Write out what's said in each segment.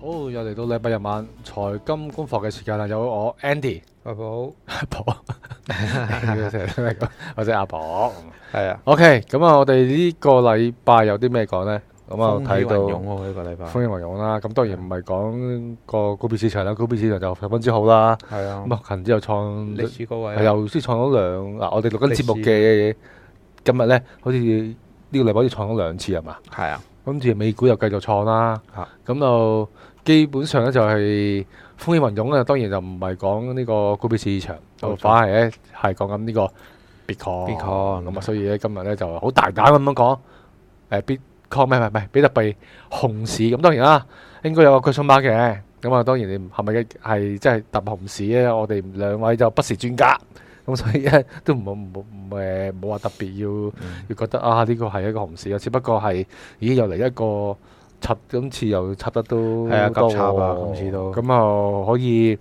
好，又嚟到禮拜日晚財金工房嘅時間啦，有我 Andy 阿寶，阿婆，成日都係咁或者阿婆。係啊， OK，咁啊，我哋呢個禮拜有啲咩講呢？咁啊，睇風起雲湧到喎呢個禮拜，風雲湧啦，咁當然唔係講個股票市場啦，股票市場就十分之好啦。係啊咁，啊，近之後創歷史高位係啊，又先創咗兩嗱，我哋錄緊節目歷嘅今日呢，好似呢個禮拜好似創咗兩次係嘛？係啊，跟住美股又繼續創啦啊，咁就基本上咧就係風起雲湧咧，當然就唔係講呢個股票市場，就冇錯反而咧係講緊呢個 Bitcoin。 Bitcoin 咁啊，所以咧今日咧就好大膽咁樣講，誒 Bitcoin 唔係唔係唔係比特幣熊市，咁當然啦，應該有個 question mark 嘅。咁啊，當然你係咪係即係揼熊市咧？我哋兩位就不是專家，咁所以咧都唔好唔好唔誒冇話特別要。嗯要覺得啊呢個係一個熊市啊，只不過係咦又嚟一個插，今次又插得都係啊急多插啊喎今次都咁啊可以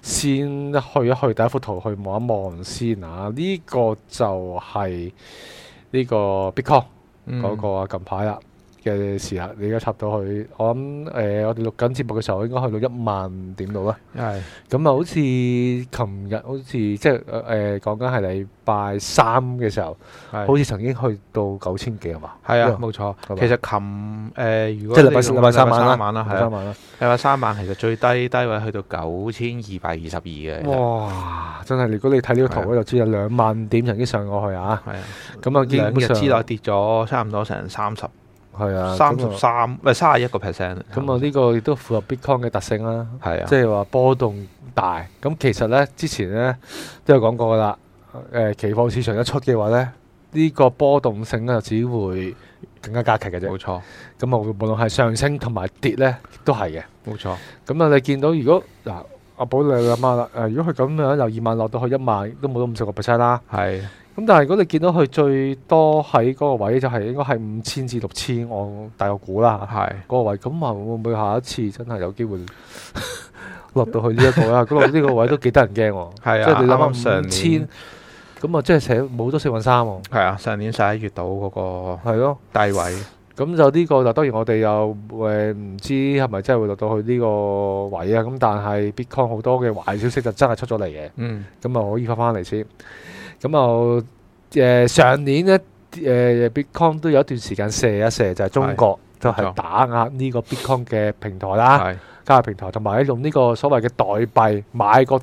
先去一去第一幅圖去望一望先啊，呢、個就係呢個 Bitcoin 嗯嗰個啊近排啦。嘅時候，你而家插到去，我諗誒、呃我哋錄緊節目嘅時候，應該去到一萬點度啦。係咁啊，好似琴日，好似即係誒講緊係禮拜三嘅時候，好係似曾經去到九千幾係嘛？係啊因為，冇錯係嘛。其實琴誒，如果即係禮拜你用禮拜三晚啦禮拜晚啦，係三啊，萬啦。禮拜三晚其實最低低位去到九千二百二十二嘅，其實哇！真係，如果你睇呢個圖咧，就知有兩萬點曾經上過去啊。係啊，咁啊，基兩本日上之內跌咗差唔多成三十係啊，三咁十啊三，唔係三十一個 percent。咁啊，呢個亦都符合 Bitcoin 嘅特性啦，係啊，即係話波動大。咁其實咧，之前咧都有講過噶啦。誒，期貨市場一出嘅話咧，呢個波動性咧只會更加加劇嘅啫冇。錯，咁啊，無論係上升同埋跌咧，都係嘅。冇錯，咁啊，你見到如果嗱，阿寶你諗下啦，誒，如果佢咁樣由二萬落到去一萬，都冇到五十個 percent 啦。係咁但係如果你見到佢最多喺嗰個位，就係應該係五千至六千，我大概估啦係嗰個位。咁啊，會唔會下一次真係有機會 落到去呢一個啦？咁落呢個位都幾得人驚喎。係啊，即係你諗啱啱下上五年千，咁啊，即係寫冇咗四分三喎。係啊，上年十一月到嗰個係咯，低位。啊咁就呢個就當然我哋又誒唔知係咪真係會落到去呢個位啊？咁但係 Bitcoin 好多嘅壞消息就真係出咗嚟嘅。嗯，咁啊可以翻翻嚟先。咁啊誒、上年咧誒、Bitcoin 都有一段時間射一射，就係、中國就冇係錯打壓呢個 Bitcoin 嘅平台啦，係交易平台，同埋咧用呢個所謂嘅代幣買個。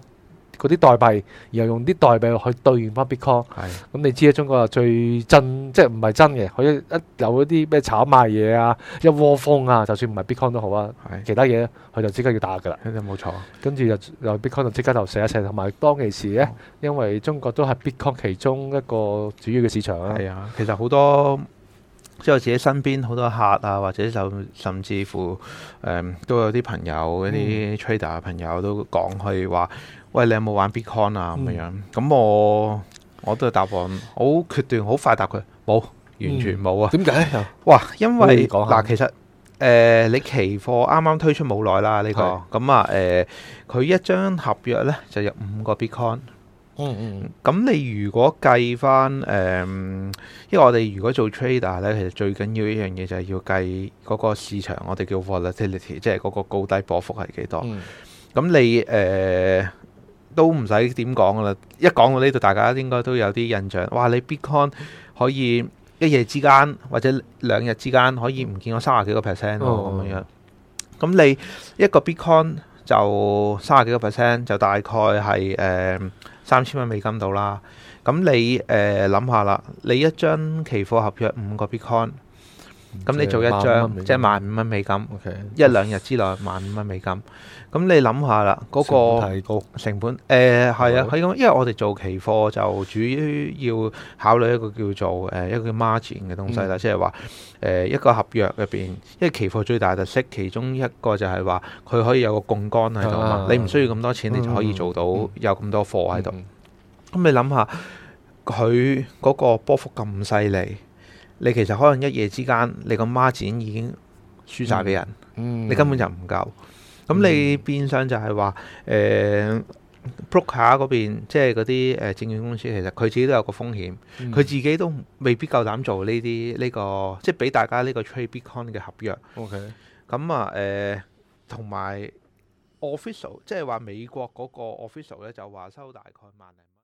嗰啲代幣，然後用啲代幣去兌現翻 Bitcoin，係咁你知啦，中國係最真，即係唔係真嘅，佢一一有一啲咩炒賣嘢啊，一窩蜂啊，就算唔係 Bitcoin 都好啊，係，其他嘢佢就即刻要打㗎啦。真係冇錯。啊跟住就又 Bitcoin 就即刻就寫一寫，同埋當其時咧哦，因為中國都係 Bitcoin 其中一個主要嘅市場啦。係啊，其實好多即係我自己身邊好多客啊，或者就甚至乎誒、都有啲朋友嗰啲 trader 朋友都講佢話：喂，你有冇玩 Bitcoin 啊？咁樣咁我我都有答案好決斷，好快答佢冇，完全冇啊！點解又哇，因可以為講下嗱，其實誒、你期貨啱啱推出冇耐啦，呢、個咁啊誒，佢、一張合約咧就有五個 Bitcoin。嗯嗯咁你如果計翻誒、嗯因為我哋如果做 trader 咧，其實最緊要一樣嘢就係要計嗰個市場，我哋叫 volatility，即係嗰個高低波幅係幾多。咁、嗯你誒、呃都唔使點講噶啦，一講到呢度，大家應該都有啲印象。哇！你 Bitcoin 可以一夜之間或者兩日之間可以唔見咗三十幾個 percent 哦咯咁樣。咁你一個 Bitcoin 就三十幾個 percent，就大概係誒三千蚊美金到啦。咁你誒諗下啦，你一張期貨合約五個 Bitcoin，咁你做一張即係萬五蚊美金， ，OK，一兩日之內萬五蚊美金。咁你諗下啦，嗰、成個本提高，成本誒係係啊，係咁，因為我哋做期貨就主要考慮一個叫做誒、呃一個叫 margin 嘅東西嗯啦，即係話誒一個合約入邊，因為期貨最大特色其中一個就係話佢可以有個槓桿喺度嘛啊，你唔需要咁多錢，你就可以嗯做到嗯有咁多貨喺度。嗯咁你諗下，佢嗰個波幅咁犀利，你其實可能一夜之間，你個孖展已經輸晒俾人，嗯你根本就唔夠。咁你變相就係話，誒、broker 嗰邊即係嗰啲誒證券公司，其實佢自己都有個風險，嗯佢自己都未必夠膽做呢啲呢個，即係俾大家呢個 trade bitcoin 嘅合約。 O K，咁啊誒，同埋 official，即係話美國嗰個 official 咧就話收大概萬零蚊。